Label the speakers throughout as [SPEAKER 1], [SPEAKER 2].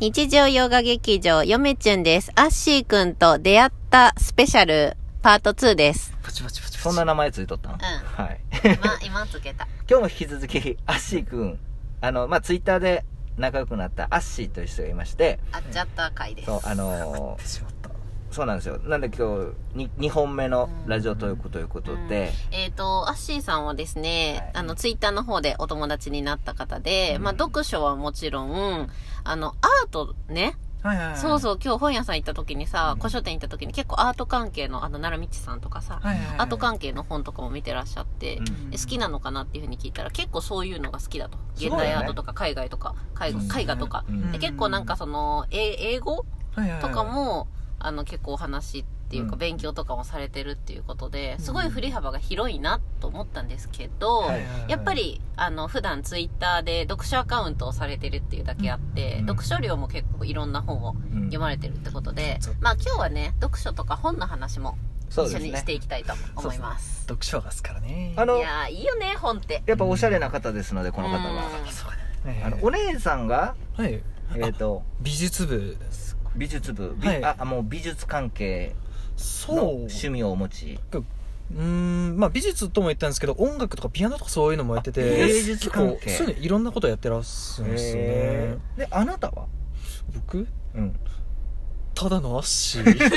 [SPEAKER 1] 日常洋画劇場、ヨメチュンです。アッシーくんと出会ったスペシャル、パート2です。
[SPEAKER 2] パチパチパチパチ
[SPEAKER 3] そんな名前ついとったん、はい。
[SPEAKER 1] 今、今つけた。
[SPEAKER 3] 今日も引き続き、アッシーくん、あの、まあ、ツイッターで仲良くなったアッシーという人がいまして、
[SPEAKER 1] あっちゃった回です。
[SPEAKER 3] そう、あの
[SPEAKER 2] ってしまった
[SPEAKER 3] ーそうなんですよ。なんで今日、に、2本目のラジオトークということで、
[SPEAKER 1] えっ、と、アッシーさんはですね、
[SPEAKER 3] は
[SPEAKER 1] あ
[SPEAKER 3] い
[SPEAKER 1] の、ツイッターの方でお友達になった方で、
[SPEAKER 3] うん
[SPEAKER 1] まあ、読書はもちろん、あの、アートね、
[SPEAKER 2] はいはいはい
[SPEAKER 1] そう
[SPEAKER 2] う
[SPEAKER 1] そう、今日本屋さん行った時にさ
[SPEAKER 3] う、ん
[SPEAKER 1] 古書店行った時に結構アート関係の、あの、奈良道さんとかさ、
[SPEAKER 2] はいはいはい
[SPEAKER 1] アート関係の本とかも見てらっしゃって、
[SPEAKER 3] うん
[SPEAKER 1] え好きなのかなっていうふうに聞いたら結構そういうのが好きだと
[SPEAKER 3] すご
[SPEAKER 1] 現
[SPEAKER 3] いよ
[SPEAKER 1] 代
[SPEAKER 3] ね
[SPEAKER 1] アートとか海外とか絵
[SPEAKER 3] そうです
[SPEAKER 1] 画
[SPEAKER 2] ね
[SPEAKER 1] 絵画とか、
[SPEAKER 3] うん
[SPEAKER 1] で結構なんかそのえ英語
[SPEAKER 2] はいはい
[SPEAKER 1] と
[SPEAKER 2] はい
[SPEAKER 1] かも、あの結構お話っていうか
[SPEAKER 3] うん
[SPEAKER 1] 勉強とかもされてるっていうことで
[SPEAKER 2] うん
[SPEAKER 1] すごい振り幅が広いなと思ったんですけど、
[SPEAKER 3] はい
[SPEAKER 1] やっぱりあの普段ツイッターで読書アカウントをされてるっていうだけあって、
[SPEAKER 3] うん
[SPEAKER 1] 読書量も結構いろんな本を
[SPEAKER 3] うん
[SPEAKER 1] 読まれてるってことで、まあ今日はね読書とか本の話も
[SPEAKER 3] そう
[SPEAKER 1] 一
[SPEAKER 3] で
[SPEAKER 1] 緒
[SPEAKER 3] す
[SPEAKER 1] に
[SPEAKER 3] ね
[SPEAKER 1] していきたいと思います。
[SPEAKER 2] 読書がすからね
[SPEAKER 3] あ
[SPEAKER 1] い
[SPEAKER 3] の、や
[SPEAKER 1] やーいいよね本って。
[SPEAKER 3] っぱおしゃれな方ですので、この方は。
[SPEAKER 1] うん
[SPEAKER 2] そうだね
[SPEAKER 3] あの、お姉さんが、
[SPEAKER 2] はい
[SPEAKER 3] えっと、
[SPEAKER 2] 美術部
[SPEAKER 3] 美術部、美
[SPEAKER 2] はい
[SPEAKER 3] あ、あもう美術関係の
[SPEAKER 2] そう
[SPEAKER 3] 趣味をお持ち。
[SPEAKER 2] うーんまあ美術とも言ったんですけど音楽とかピアノとかそういうのもやってて
[SPEAKER 3] あ芸術関係
[SPEAKER 2] 結構そういうのいろんなことやってらっしゃるんですよ
[SPEAKER 3] へ
[SPEAKER 2] ね
[SPEAKER 3] ーで、あなたは
[SPEAKER 2] 僕
[SPEAKER 3] うん。
[SPEAKER 2] ただのアッシ ー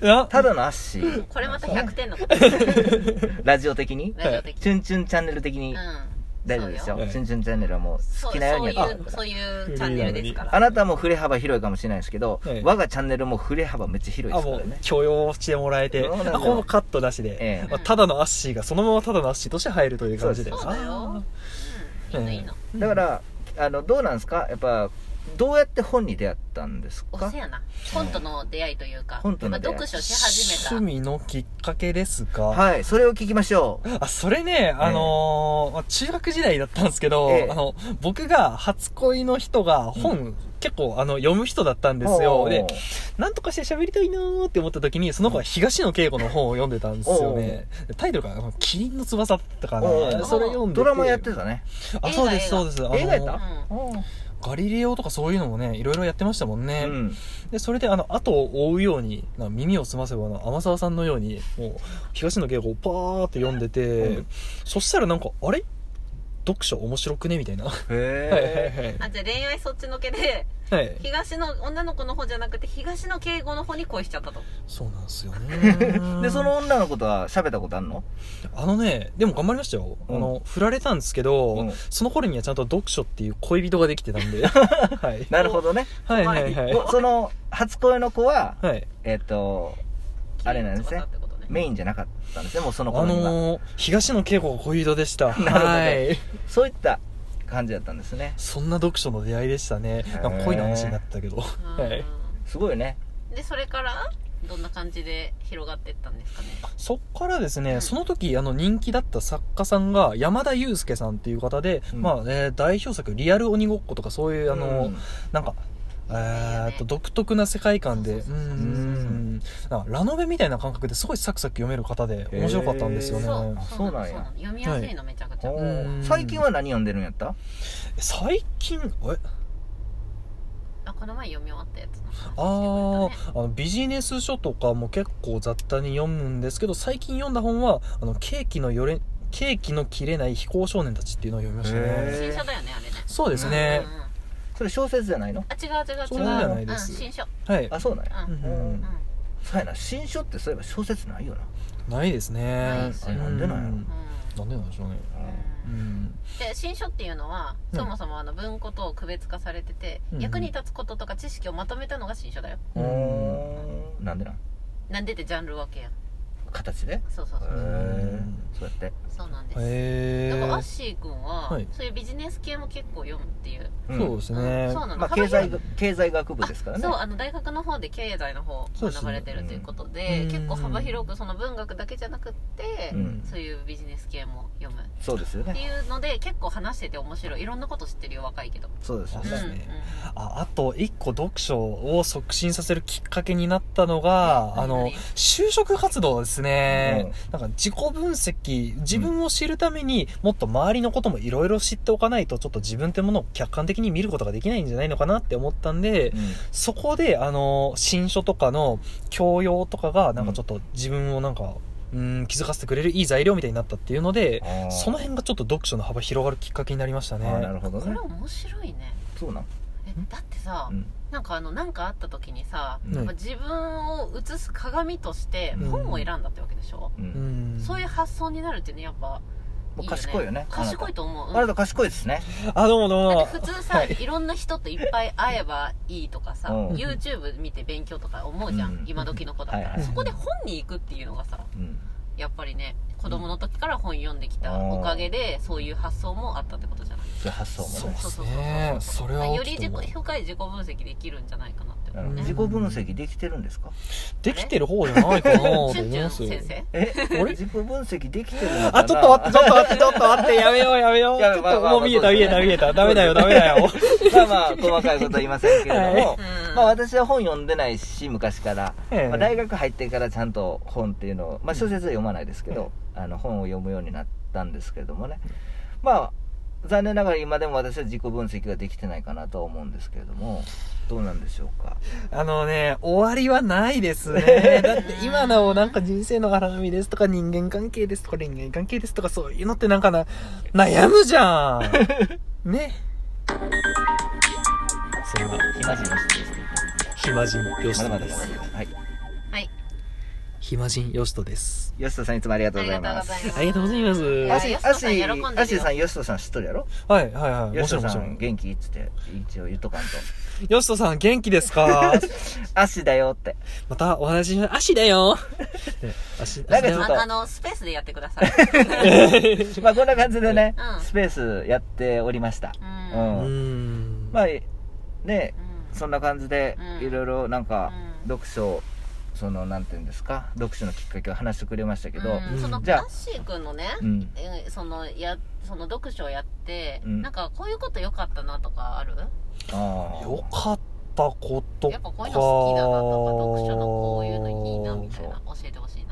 [SPEAKER 2] いや
[SPEAKER 3] ただのアッシー。
[SPEAKER 1] これまた100点のことです ね。
[SPEAKER 3] ラジオ的に
[SPEAKER 1] ラジオ的に。
[SPEAKER 3] チュンチュンチャンネル的
[SPEAKER 1] う
[SPEAKER 3] に
[SPEAKER 1] ん。
[SPEAKER 3] 大丈夫ですよ。
[SPEAKER 2] そうよ
[SPEAKER 3] チュンチュンチャンネルはもう
[SPEAKER 1] そ
[SPEAKER 3] 好
[SPEAKER 1] う
[SPEAKER 3] きなようにや
[SPEAKER 1] そう
[SPEAKER 3] っ
[SPEAKER 1] い
[SPEAKER 3] てく
[SPEAKER 1] う、
[SPEAKER 3] ださ
[SPEAKER 1] そう
[SPEAKER 3] い。
[SPEAKER 1] いうチャンネルですから。
[SPEAKER 3] あなたも振れ幅広いかもしれないですけど
[SPEAKER 2] ええ、
[SPEAKER 3] 我がチャンネルも振れ幅めっちゃ広いで
[SPEAKER 2] あ
[SPEAKER 3] すか
[SPEAKER 2] も
[SPEAKER 3] ら
[SPEAKER 2] う
[SPEAKER 3] ね。
[SPEAKER 2] 許容してもらえて
[SPEAKER 3] そうなんだよ
[SPEAKER 2] あこのカットなしで、
[SPEAKER 3] ええ
[SPEAKER 2] まあ、ただのアッシーがそのままただのアッシーとして入るという感じで
[SPEAKER 1] そうだよ。うん。いいのいいの。
[SPEAKER 2] あー
[SPEAKER 3] だから、あの、どうなんですかやっぱ、どうやって本に出会ったんです
[SPEAKER 1] お
[SPEAKER 3] か
[SPEAKER 1] せやな。本との出会いというか、
[SPEAKER 3] 本との出会い
[SPEAKER 1] まあ読書し始め
[SPEAKER 2] 趣味のきっかけですが、
[SPEAKER 3] はい、それを聞きましょう。
[SPEAKER 2] あそれね、あのーまあ中学時代だったんですけど、
[SPEAKER 3] ええ
[SPEAKER 2] あの僕が初恋の人が本、結構あの読む人だったんです
[SPEAKER 3] お
[SPEAKER 2] よ
[SPEAKER 3] う
[SPEAKER 2] でなんとかして喋りたいなーって思った時にその子は東野圭吾の本を読んでたんですよねタイトルがあの「キリンの翼」だったかな
[SPEAKER 3] おう
[SPEAKER 2] それ読んで
[SPEAKER 3] ドラマやってたね。
[SPEAKER 2] あそうです
[SPEAKER 1] 映画
[SPEAKER 2] そうですあの
[SPEAKER 3] 映画やった
[SPEAKER 1] た。うん。
[SPEAKER 2] ガリレオとかそういうのもねいろいろやってましたもん
[SPEAKER 3] う
[SPEAKER 2] ね、
[SPEAKER 3] ん。
[SPEAKER 2] でそれであの後を追うようにな耳を澄ませばあの天沢さんのようにもう東野圭吾をパーって読んでて、
[SPEAKER 3] うん
[SPEAKER 2] そしたらなんかあれ読書面白くねみたいなはい
[SPEAKER 3] へー
[SPEAKER 2] はいはい
[SPEAKER 1] あ、じゃあ恋愛そっちのけ で、
[SPEAKER 2] はい
[SPEAKER 1] 東の女の子の方じゃなくて、東の敬語の方に恋しちゃったと。
[SPEAKER 2] そうなんですよね
[SPEAKER 3] で、その女の子とは喋ったことあんの
[SPEAKER 2] あのねでも頑張りましたよ、
[SPEAKER 3] うん
[SPEAKER 2] あの振られたんですけど、
[SPEAKER 3] うん
[SPEAKER 2] その頃にはちゃんと読書っていう恋人ができてた んで、はい、
[SPEAKER 3] なるほどね。
[SPEAKER 2] はいはいはい
[SPEAKER 3] おその、初恋の子は、
[SPEAKER 2] はい
[SPEAKER 3] えっと、あれなんです
[SPEAKER 1] キリ
[SPEAKER 3] ね
[SPEAKER 1] ンの翼ってことね
[SPEAKER 3] メインじゃなかったんですね、もうその
[SPEAKER 2] あ
[SPEAKER 3] 頃には。
[SPEAKER 2] のー、東野圭吾が恋人でした
[SPEAKER 3] るほど
[SPEAKER 2] はい
[SPEAKER 3] そういった感じだったんですね。
[SPEAKER 2] そんな読書の出会いでしたね
[SPEAKER 3] へー
[SPEAKER 2] なんか恋の話になったけどはい
[SPEAKER 3] すごいね。
[SPEAKER 1] うんで、それから、どんな感じで広がってったんですかね。
[SPEAKER 2] そっからですね、
[SPEAKER 1] うん
[SPEAKER 2] その時あの人気だった作家さんが山田裕介さんっていう方で、
[SPEAKER 3] うん
[SPEAKER 2] まあね、代表作「リアル鬼ごっことかそういうあの、
[SPEAKER 3] うん
[SPEAKER 2] なんか。えーっと独特な世界観で
[SPEAKER 1] そうそ
[SPEAKER 2] うん
[SPEAKER 1] う
[SPEAKER 2] う
[SPEAKER 1] そうそうん
[SPEAKER 2] なんかラノベみたいな感覚ですごいサクサク読める方で面白かったんですよね
[SPEAKER 3] へ
[SPEAKER 1] そう、
[SPEAKER 3] そうなんや
[SPEAKER 1] の読みやすいのめちゃくちゃ。
[SPEAKER 3] お
[SPEAKER 1] う
[SPEAKER 3] ー
[SPEAKER 2] うん
[SPEAKER 3] 最近は何読んでるんやった
[SPEAKER 2] 最近え
[SPEAKER 1] あ、この前読み終わったやつの話してくれ
[SPEAKER 2] あ
[SPEAKER 1] たね
[SPEAKER 2] ーあのビジネス書とかも結構雑多に読むんですけど最近読んだ本は「あのケーキのよれケーキの切れない非行少年たち」っていうのを読みました
[SPEAKER 3] へー
[SPEAKER 2] ね
[SPEAKER 1] 新書だよねあれね
[SPEAKER 2] そうですね
[SPEAKER 1] うんうんうん
[SPEAKER 3] それ小説じゃないの
[SPEAKER 1] あ違う違う違う
[SPEAKER 2] そうじゃないです
[SPEAKER 1] うん、新書
[SPEAKER 2] はい
[SPEAKER 3] あ、そうなんや。
[SPEAKER 1] う
[SPEAKER 2] うんんうんうん
[SPEAKER 1] う
[SPEAKER 3] そうやな。新書ってそういえば小説ないよな。
[SPEAKER 2] ないですね
[SPEAKER 1] ないです
[SPEAKER 3] よねなんでなんやろ
[SPEAKER 2] うんなんでなんでしょうね
[SPEAKER 1] ん
[SPEAKER 2] う
[SPEAKER 1] うん
[SPEAKER 2] ん
[SPEAKER 1] で新書っていうのは
[SPEAKER 2] うん
[SPEAKER 1] そもそもあの文庫と区別化されてて、
[SPEAKER 2] うん
[SPEAKER 1] 役に立つこととか知識をまとめたのが新書だよ
[SPEAKER 3] う
[SPEAKER 2] うん
[SPEAKER 3] ん。なんでなん
[SPEAKER 1] なんでってジャンル分けやん
[SPEAKER 3] 形でへ
[SPEAKER 1] そうそうそう、
[SPEAKER 3] え。そうやって。
[SPEAKER 1] そうなんです、
[SPEAKER 2] へ
[SPEAKER 1] だからアッ
[SPEAKER 2] え
[SPEAKER 1] シーくんは、
[SPEAKER 2] はい
[SPEAKER 1] そういうビジネス系も結構読むっていう、
[SPEAKER 3] うん
[SPEAKER 2] そうです
[SPEAKER 1] う
[SPEAKER 2] ね
[SPEAKER 1] んそうなの、
[SPEAKER 3] まあ、
[SPEAKER 1] 幅
[SPEAKER 3] 経
[SPEAKER 1] 広い
[SPEAKER 3] 済が、経済学部ですからね。
[SPEAKER 1] そうあの大学の方で経済の方を
[SPEAKER 2] そうです
[SPEAKER 1] 学ば
[SPEAKER 2] ね
[SPEAKER 1] れてるということで
[SPEAKER 2] うん
[SPEAKER 1] 結構幅広くその文学だけじゃなくって、
[SPEAKER 3] うん
[SPEAKER 1] そういうビジネス系も読むっ
[SPEAKER 3] そうですよ
[SPEAKER 1] て
[SPEAKER 3] ね。
[SPEAKER 1] いうので結構話してて面白いいろんなこと知ってるよ若いけど
[SPEAKER 3] そうですよ
[SPEAKER 2] そうで
[SPEAKER 3] ね。
[SPEAKER 2] すね
[SPEAKER 1] うんうん
[SPEAKER 2] ああと一個読書を促進させるきっかけになったのが、
[SPEAKER 1] うん
[SPEAKER 2] あ
[SPEAKER 1] 何
[SPEAKER 2] の
[SPEAKER 1] 々
[SPEAKER 2] 就職活動ですですね、なんか自己分析自分を知るためにもっと周りのこともいろいろ知っておかないとちょっと自分ってものを客観的に見ることができないんじゃないのかなって思ったんで、
[SPEAKER 3] うん
[SPEAKER 2] そこであの新書とかの教養とかがなんかちょっと自分をなんか、うん、気づかせてくれるいい材料みたいになったっていうので
[SPEAKER 3] あー
[SPEAKER 2] その辺がちょっと読書の幅広がるきっかけになりましたね
[SPEAKER 3] あーなるほど
[SPEAKER 1] こ
[SPEAKER 3] ね
[SPEAKER 1] れ面白いね
[SPEAKER 3] そうなん
[SPEAKER 1] えだってさ、
[SPEAKER 3] うん
[SPEAKER 1] なんかあのなんかあった時にさ、
[SPEAKER 3] うん
[SPEAKER 1] やっぱ自分を映す鏡として
[SPEAKER 3] うん
[SPEAKER 1] 本を選んだってわけでしょ、
[SPEAKER 3] う
[SPEAKER 2] うんん
[SPEAKER 1] そういう発想になるってねやっぱいいよ、ね、
[SPEAKER 3] 賢いよね
[SPEAKER 1] 賢いと思う、うん
[SPEAKER 3] あなた賢いですね
[SPEAKER 2] あどうもどう
[SPEAKER 1] だって
[SPEAKER 2] も
[SPEAKER 1] 普通さ、、
[SPEAKER 2] はい
[SPEAKER 1] ろんな人といっぱい会えばいいとかさ、
[SPEAKER 3] うん
[SPEAKER 1] YouTube 見て勉強とか思うじゃん、
[SPEAKER 3] うん
[SPEAKER 1] 今時の子だったら、
[SPEAKER 3] はいはい
[SPEAKER 1] そこで本に行くっていうのがさ
[SPEAKER 3] うん
[SPEAKER 1] やっぱりね子供の時から本読んできたおかげでそういう発想もあったってことじゃない
[SPEAKER 3] そういう発想
[SPEAKER 2] そ
[SPEAKER 3] も
[SPEAKER 2] う
[SPEAKER 3] ね
[SPEAKER 2] ですねそれは
[SPEAKER 1] よ
[SPEAKER 2] 大
[SPEAKER 1] り
[SPEAKER 2] きい
[SPEAKER 1] 自
[SPEAKER 2] と思う
[SPEAKER 1] 己深い自己分析できるんじゃないかなって
[SPEAKER 3] な
[SPEAKER 1] 思う
[SPEAKER 3] るほど
[SPEAKER 1] ね
[SPEAKER 3] 自己分析できてるんですか
[SPEAKER 2] できてる方じゃないかなと思
[SPEAKER 1] チュ
[SPEAKER 2] い
[SPEAKER 1] ンチュ
[SPEAKER 2] ま
[SPEAKER 1] ン
[SPEAKER 2] すよ
[SPEAKER 1] 先生
[SPEAKER 3] え
[SPEAKER 2] あれ
[SPEAKER 3] 自己分析できてるのかな
[SPEAKER 2] あ、ちょっと待って、ちょっと待って、ちょっと待って、やめよう、やめよう。ち
[SPEAKER 3] や
[SPEAKER 2] ょ
[SPEAKER 3] べ
[SPEAKER 2] っ
[SPEAKER 3] まあ
[SPEAKER 2] と
[SPEAKER 3] まあま
[SPEAKER 2] も
[SPEAKER 3] あ
[SPEAKER 2] う見えた、見えた、
[SPEAKER 3] そう
[SPEAKER 2] 見
[SPEAKER 3] で
[SPEAKER 2] え
[SPEAKER 3] す
[SPEAKER 2] た。
[SPEAKER 3] ね
[SPEAKER 2] ダメだよ、ダメだ よ。
[SPEAKER 3] まあまあ細かいことは言いませんけれども、
[SPEAKER 2] は
[SPEAKER 1] うん
[SPEAKER 3] まあ私は本読んでないし昔から、
[SPEAKER 2] ええ
[SPEAKER 3] まあ、大学入ってからちゃんと本っていうのを、まあ、小説は読まないですけど、あの本を読むようになったんですけれどもねまあ残念ながら今でも私は自己分析ができてないかなとは思うんですけれどもどうなんでしょうか
[SPEAKER 2] あのね、終わりはないです ね。だって今のなんか人生の荒波ですとか人間関係ですとか恋愛関係ですとかそういうのってなんかな、悩むじゃん。ね。そんな、
[SPEAKER 3] 暇人の人ですけ
[SPEAKER 2] 暇人よし
[SPEAKER 3] ど
[SPEAKER 2] と
[SPEAKER 3] まだ
[SPEAKER 2] で。
[SPEAKER 3] まだますだはい
[SPEAKER 1] はい
[SPEAKER 2] 暇人よしとです。
[SPEAKER 3] 吉田さんいつもありがとうございます
[SPEAKER 1] あ
[SPEAKER 2] あり
[SPEAKER 1] り
[SPEAKER 2] が
[SPEAKER 1] がと
[SPEAKER 2] とう
[SPEAKER 1] うご
[SPEAKER 2] ござ
[SPEAKER 1] ざ
[SPEAKER 2] い
[SPEAKER 1] い
[SPEAKER 2] ま
[SPEAKER 1] ますす
[SPEAKER 3] アシ
[SPEAKER 1] いや
[SPEAKER 3] アシ
[SPEAKER 1] 吉田さん喜んでるよ
[SPEAKER 3] アシさん吉田さん知っとるやろ
[SPEAKER 2] はい、はい、はい。も
[SPEAKER 3] 吉
[SPEAKER 2] ちろん、
[SPEAKER 3] 田
[SPEAKER 2] も
[SPEAKER 3] さ
[SPEAKER 2] ちろ
[SPEAKER 3] ん
[SPEAKER 2] ん。
[SPEAKER 3] 元気っつって一応言っとかん と
[SPEAKER 2] よしとさん、元気ですか
[SPEAKER 3] 足だよって
[SPEAKER 2] またお話ししま足だよ。で足、足
[SPEAKER 3] なん
[SPEAKER 2] だ
[SPEAKER 3] かちょ
[SPEAKER 2] よ
[SPEAKER 3] っ。
[SPEAKER 1] あ
[SPEAKER 3] と
[SPEAKER 1] あのスペースでやってください
[SPEAKER 3] まあこんな感じで ね、
[SPEAKER 1] うん
[SPEAKER 3] スペースやっておりました。
[SPEAKER 1] うんう
[SPEAKER 3] う。
[SPEAKER 1] ん
[SPEAKER 2] うんん。
[SPEAKER 3] まあ、ね、そんな感じで、
[SPEAKER 1] うん
[SPEAKER 3] いろいろなんか
[SPEAKER 1] うん、
[SPEAKER 3] 読書、その、なんていうんですか、読書のきっかけを話してくれましたけど、
[SPEAKER 1] うんその
[SPEAKER 3] じゃあ
[SPEAKER 1] アッシー君のね、
[SPEAKER 3] うん。
[SPEAKER 1] えそのやその読書をやって、
[SPEAKER 3] うん
[SPEAKER 1] なんかこういうこと良かったなとかある
[SPEAKER 3] ああ。
[SPEAKER 2] よかったことか。
[SPEAKER 1] やっぱこういうの好きだなとか読書のこういうのいいなみたいな教えてほしい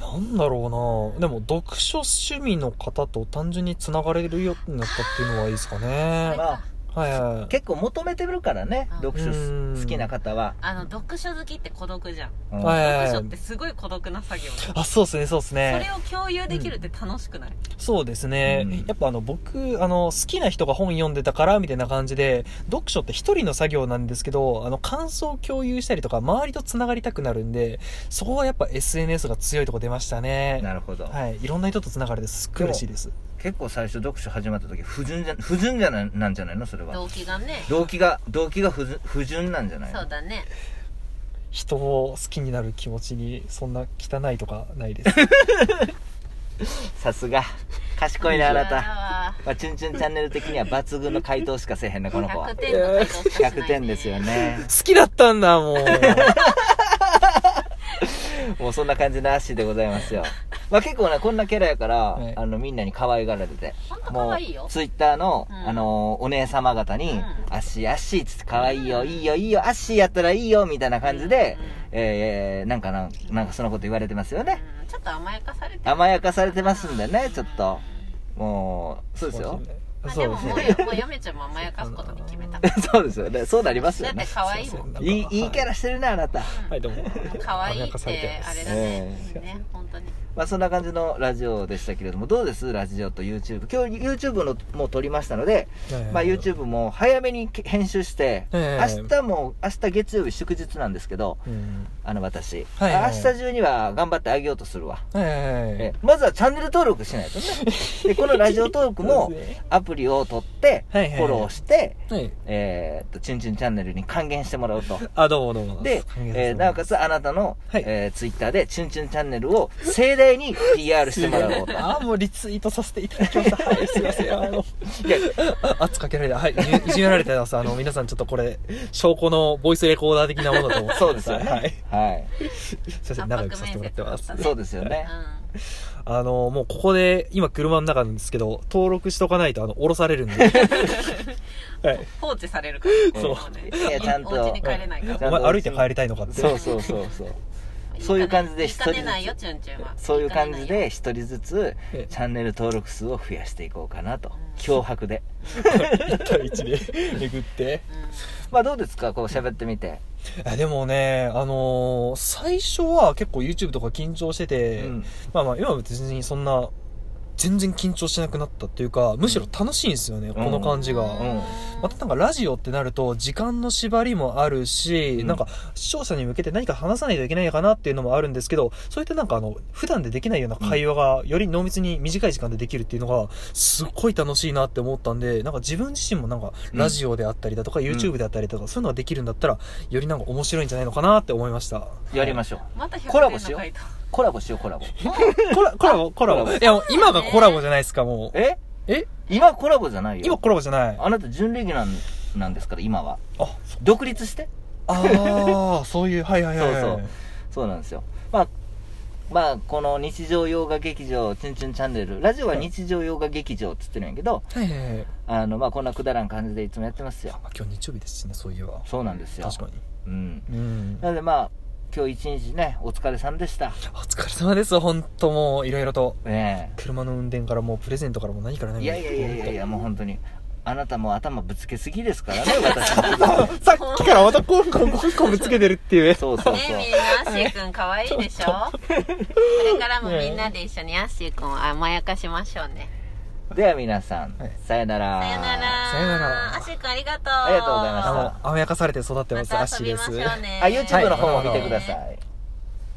[SPEAKER 1] な
[SPEAKER 2] なんだろうなでも、読書趣味の方と単純に繋がれるようになったっていうのはいいですかね。
[SPEAKER 3] まあ、
[SPEAKER 2] はいはい。
[SPEAKER 3] 結構求めてるからね
[SPEAKER 1] う、ん
[SPEAKER 3] 読書
[SPEAKER 2] うん
[SPEAKER 3] 好きな方は。
[SPEAKER 1] あの読書好きって孤独じゃん、
[SPEAKER 3] うん
[SPEAKER 2] はい
[SPEAKER 1] 読書ってすごい孤独な作業じゃん
[SPEAKER 2] あ、そうですね、そうです
[SPEAKER 1] そ
[SPEAKER 2] ね
[SPEAKER 1] れ。を共有できるって楽しくない、
[SPEAKER 2] そうですね。
[SPEAKER 3] うん
[SPEAKER 2] やっぱあの、僕、あの、好きな人が本読んでたから、みたいな感じで、読書って一人の作業なんですけど、あの、感想を共有したりとか、周りと繋がりたくなるんで、そこはやっぱ SNS が強いとこ出ましたね。
[SPEAKER 3] なるほど。
[SPEAKER 2] はい、いろんな人とつながれてすっごい嬉しいです。
[SPEAKER 3] 結構最初読書始まった時、不純じゃ、不純じゃない、なんじゃないのそれは。
[SPEAKER 1] 動機がね
[SPEAKER 3] 動機が、動機が不純不純なんじゃないの
[SPEAKER 1] そうだね
[SPEAKER 2] 人を好きになる気持ちにそんな汚いとかないです。
[SPEAKER 3] さすが。賢いね、あなた。
[SPEAKER 1] た
[SPEAKER 3] まあ、チュンチュンチャンネル的には抜群の回答しかせえへんね、この子は
[SPEAKER 1] 100。点の回答しかしない、ね、
[SPEAKER 3] 100点ですよね。
[SPEAKER 2] 好きだったんだもう。
[SPEAKER 3] もうそんな感じのアッシーでございますよ。まあ結構ね、こんなキャラやから、
[SPEAKER 2] はい
[SPEAKER 3] あの、みんなに可愛がられて
[SPEAKER 1] ほんと。可
[SPEAKER 3] も
[SPEAKER 1] 愛いよ
[SPEAKER 3] う、ツイッターの、
[SPEAKER 1] うん
[SPEAKER 3] あの、お姉様方に、
[SPEAKER 1] うん
[SPEAKER 3] アッシー、アッシーっつって可愛いよ、いいよ、いいよ、アッシーやったらいいよ、みたいな感じで、えー、なんかな、なんかそのこと言われてますよね。
[SPEAKER 1] うんちょっと甘やかされてる
[SPEAKER 3] 甘やかされてますんでね、ちょっと。もう、そうですよ。
[SPEAKER 1] まあ
[SPEAKER 2] そ
[SPEAKER 1] で
[SPEAKER 2] う
[SPEAKER 1] も
[SPEAKER 2] です
[SPEAKER 1] も
[SPEAKER 2] ね
[SPEAKER 1] うよもう嫁ちゃんも甘やかすことに決めただ
[SPEAKER 3] そうですよね。そうなりますよ
[SPEAKER 1] って
[SPEAKER 3] ね。
[SPEAKER 1] 可愛いもん
[SPEAKER 2] なんか
[SPEAKER 3] いい、いいキャ
[SPEAKER 2] は
[SPEAKER 3] ラしてるね、あなた。
[SPEAKER 2] いはい、どうも。
[SPEAKER 1] 可愛
[SPEAKER 2] 甘
[SPEAKER 1] い
[SPEAKER 2] や
[SPEAKER 1] っ
[SPEAKER 2] かされ
[SPEAKER 1] て
[SPEAKER 2] ま
[SPEAKER 1] あ
[SPEAKER 2] す
[SPEAKER 1] れだね
[SPEAKER 3] え、
[SPEAKER 1] うんね本当に
[SPEAKER 3] まあそんな感じのラジオでしたけれども、どうですラジオと YouTube。今日 YouTube のもう撮りましたので、まあ YouTube も早めに編集して、
[SPEAKER 2] ええ
[SPEAKER 3] 明日も、明日月曜日祝日なんですけど、
[SPEAKER 2] うん。
[SPEAKER 3] あの私、
[SPEAKER 2] はいはいはい
[SPEAKER 3] あ明日中には頑張ってあげようとするわ。
[SPEAKER 2] え
[SPEAKER 3] えまずはチャンネル登録しない とね。で、このラジオトークも
[SPEAKER 2] そうですね
[SPEAKER 3] アプリを取って、フ
[SPEAKER 2] はいはいはい
[SPEAKER 3] ォローして、
[SPEAKER 2] え。はい。
[SPEAKER 3] えーっと、チュンチュンチャンネルに還元してもらうと。
[SPEAKER 2] あ、どうもどうも。
[SPEAKER 3] で、えーなおかつあなたの、
[SPEAKER 2] はい
[SPEAKER 3] えーツイッターで、チュンチュンチャンネルを盛大に PR してもらおうと。
[SPEAKER 2] あ、もうリツイートさせていただきま した。はい、すいません。あの、
[SPEAKER 3] いや
[SPEAKER 2] 圧かけられた。はい、いじいじめられたます。あの、皆さんちょっとこれ、証拠のボイスレコーダー的なものだと思って
[SPEAKER 3] そうですよね。
[SPEAKER 2] はい。
[SPEAKER 3] はい。
[SPEAKER 2] すいません、長くさせてもらってます。
[SPEAKER 3] そうですよね。
[SPEAKER 1] う
[SPEAKER 2] あの、もうここで、今車の中なんですけど、登録しとかないと、あの、降ろされ るんで。はい。
[SPEAKER 1] ん放置されるから
[SPEAKER 2] そう
[SPEAKER 1] ね
[SPEAKER 3] いやちゃんと
[SPEAKER 1] お家に帰れないか
[SPEAKER 3] うん
[SPEAKER 1] ら
[SPEAKER 3] ちゃん
[SPEAKER 2] お前歩いて帰りたいのかって。
[SPEAKER 3] そうそうそうそう。そういう感じで
[SPEAKER 1] 一人。
[SPEAKER 3] 一人
[SPEAKER 1] 出
[SPEAKER 3] ずつ
[SPEAKER 1] ないよ、チュンチュンは。
[SPEAKER 3] そういう感じ
[SPEAKER 1] 行かないよ。
[SPEAKER 3] で一人ずつ
[SPEAKER 2] ええ
[SPEAKER 3] チャンネル登録数を増やしていこうかなと
[SPEAKER 1] ん
[SPEAKER 3] 脅迫で
[SPEAKER 2] 1対1で巡って
[SPEAKER 3] まあどうですかこう喋ってみて、
[SPEAKER 2] あでもねあのー最初は結構 YouTube とか緊張してて、
[SPEAKER 3] うん
[SPEAKER 2] まあまあ今は別にそんな全然緊張しなくなったっていうかむしろ楽しいんですよね、この感じが、
[SPEAKER 3] うん
[SPEAKER 2] またなんかラジオってなると時間の縛りもあるし、
[SPEAKER 3] うん
[SPEAKER 2] なんか視聴者に向けて何か話さないといけないのかなっていうのもあるんですけどそういったなんかあの普段でできないような会話がより濃密に短い時間でできるっていうのがすっごい楽しいなって思ったんでなんか自分自身もなんか
[SPEAKER 3] うん
[SPEAKER 2] ラジオであったりだとか YouTube であったりだとかそういうのができるんだったらよりなんか面白いんじゃないのかなって思いました
[SPEAKER 3] やりましょう
[SPEAKER 1] また100
[SPEAKER 3] コラボし
[SPEAKER 1] 円
[SPEAKER 3] よ
[SPEAKER 1] の
[SPEAKER 3] う
[SPEAKER 1] 回答。
[SPEAKER 3] コラボしようコラボ
[SPEAKER 2] コラコラボコラ
[SPEAKER 3] コ
[SPEAKER 2] ボ
[SPEAKER 3] ラボ
[SPEAKER 2] いやもう今がコラボじゃないですかもう
[SPEAKER 3] え
[SPEAKER 2] え
[SPEAKER 3] 今コラボじゃないよ
[SPEAKER 2] 今コラボじゃない
[SPEAKER 3] あなた準レギュラーなんですから今は
[SPEAKER 2] あそ
[SPEAKER 3] 独立して
[SPEAKER 2] あーそういうはいはいはいはい
[SPEAKER 3] そうそうそうなんですよまあまあこの日常洋画劇場「チュンチュンチャンネル」ラジオは日常洋画劇場っつってるんやけど、
[SPEAKER 2] はいはいはい
[SPEAKER 3] あのまあこんなくだらん感じでいつもやってますよ
[SPEAKER 2] あ今日日曜日ですしねそういえば
[SPEAKER 3] そうなんですよ
[SPEAKER 2] 確かに
[SPEAKER 3] うん
[SPEAKER 2] うん
[SPEAKER 3] なのでまあ今日一日ねお疲れさんでした
[SPEAKER 2] お疲れ様です本当もういろいろと
[SPEAKER 3] ね
[SPEAKER 2] 車の運転からもうプレゼントからもう何から
[SPEAKER 3] え
[SPEAKER 2] 何
[SPEAKER 3] い
[SPEAKER 2] ま
[SPEAKER 3] や
[SPEAKER 2] で
[SPEAKER 3] いやいやいやいやもう本当にあなたもう頭ぶつけすぎですからね私そう
[SPEAKER 2] さっきからまたコンコンコンコンぶつけてるっていうね
[SPEAKER 3] そうそ う
[SPEAKER 1] ねみんな、アッシーくん可愛いでしょこれからもみんなで一緒にアッシーくんを甘やかしましょうね。
[SPEAKER 3] では皆さん、
[SPEAKER 2] はい
[SPEAKER 3] さよなら
[SPEAKER 1] さよなら。
[SPEAKER 2] さよなら
[SPEAKER 1] アッシーくんありがとう。
[SPEAKER 3] ありがとうございました
[SPEAKER 2] あの甘やかされて育ってますア
[SPEAKER 1] ま
[SPEAKER 2] ッ
[SPEAKER 1] た
[SPEAKER 2] シ
[SPEAKER 1] 遊
[SPEAKER 2] ー
[SPEAKER 1] び
[SPEAKER 2] で
[SPEAKER 1] ますしょうね。
[SPEAKER 3] あ YouTube の方も見て
[SPEAKER 2] はい
[SPEAKER 3] ください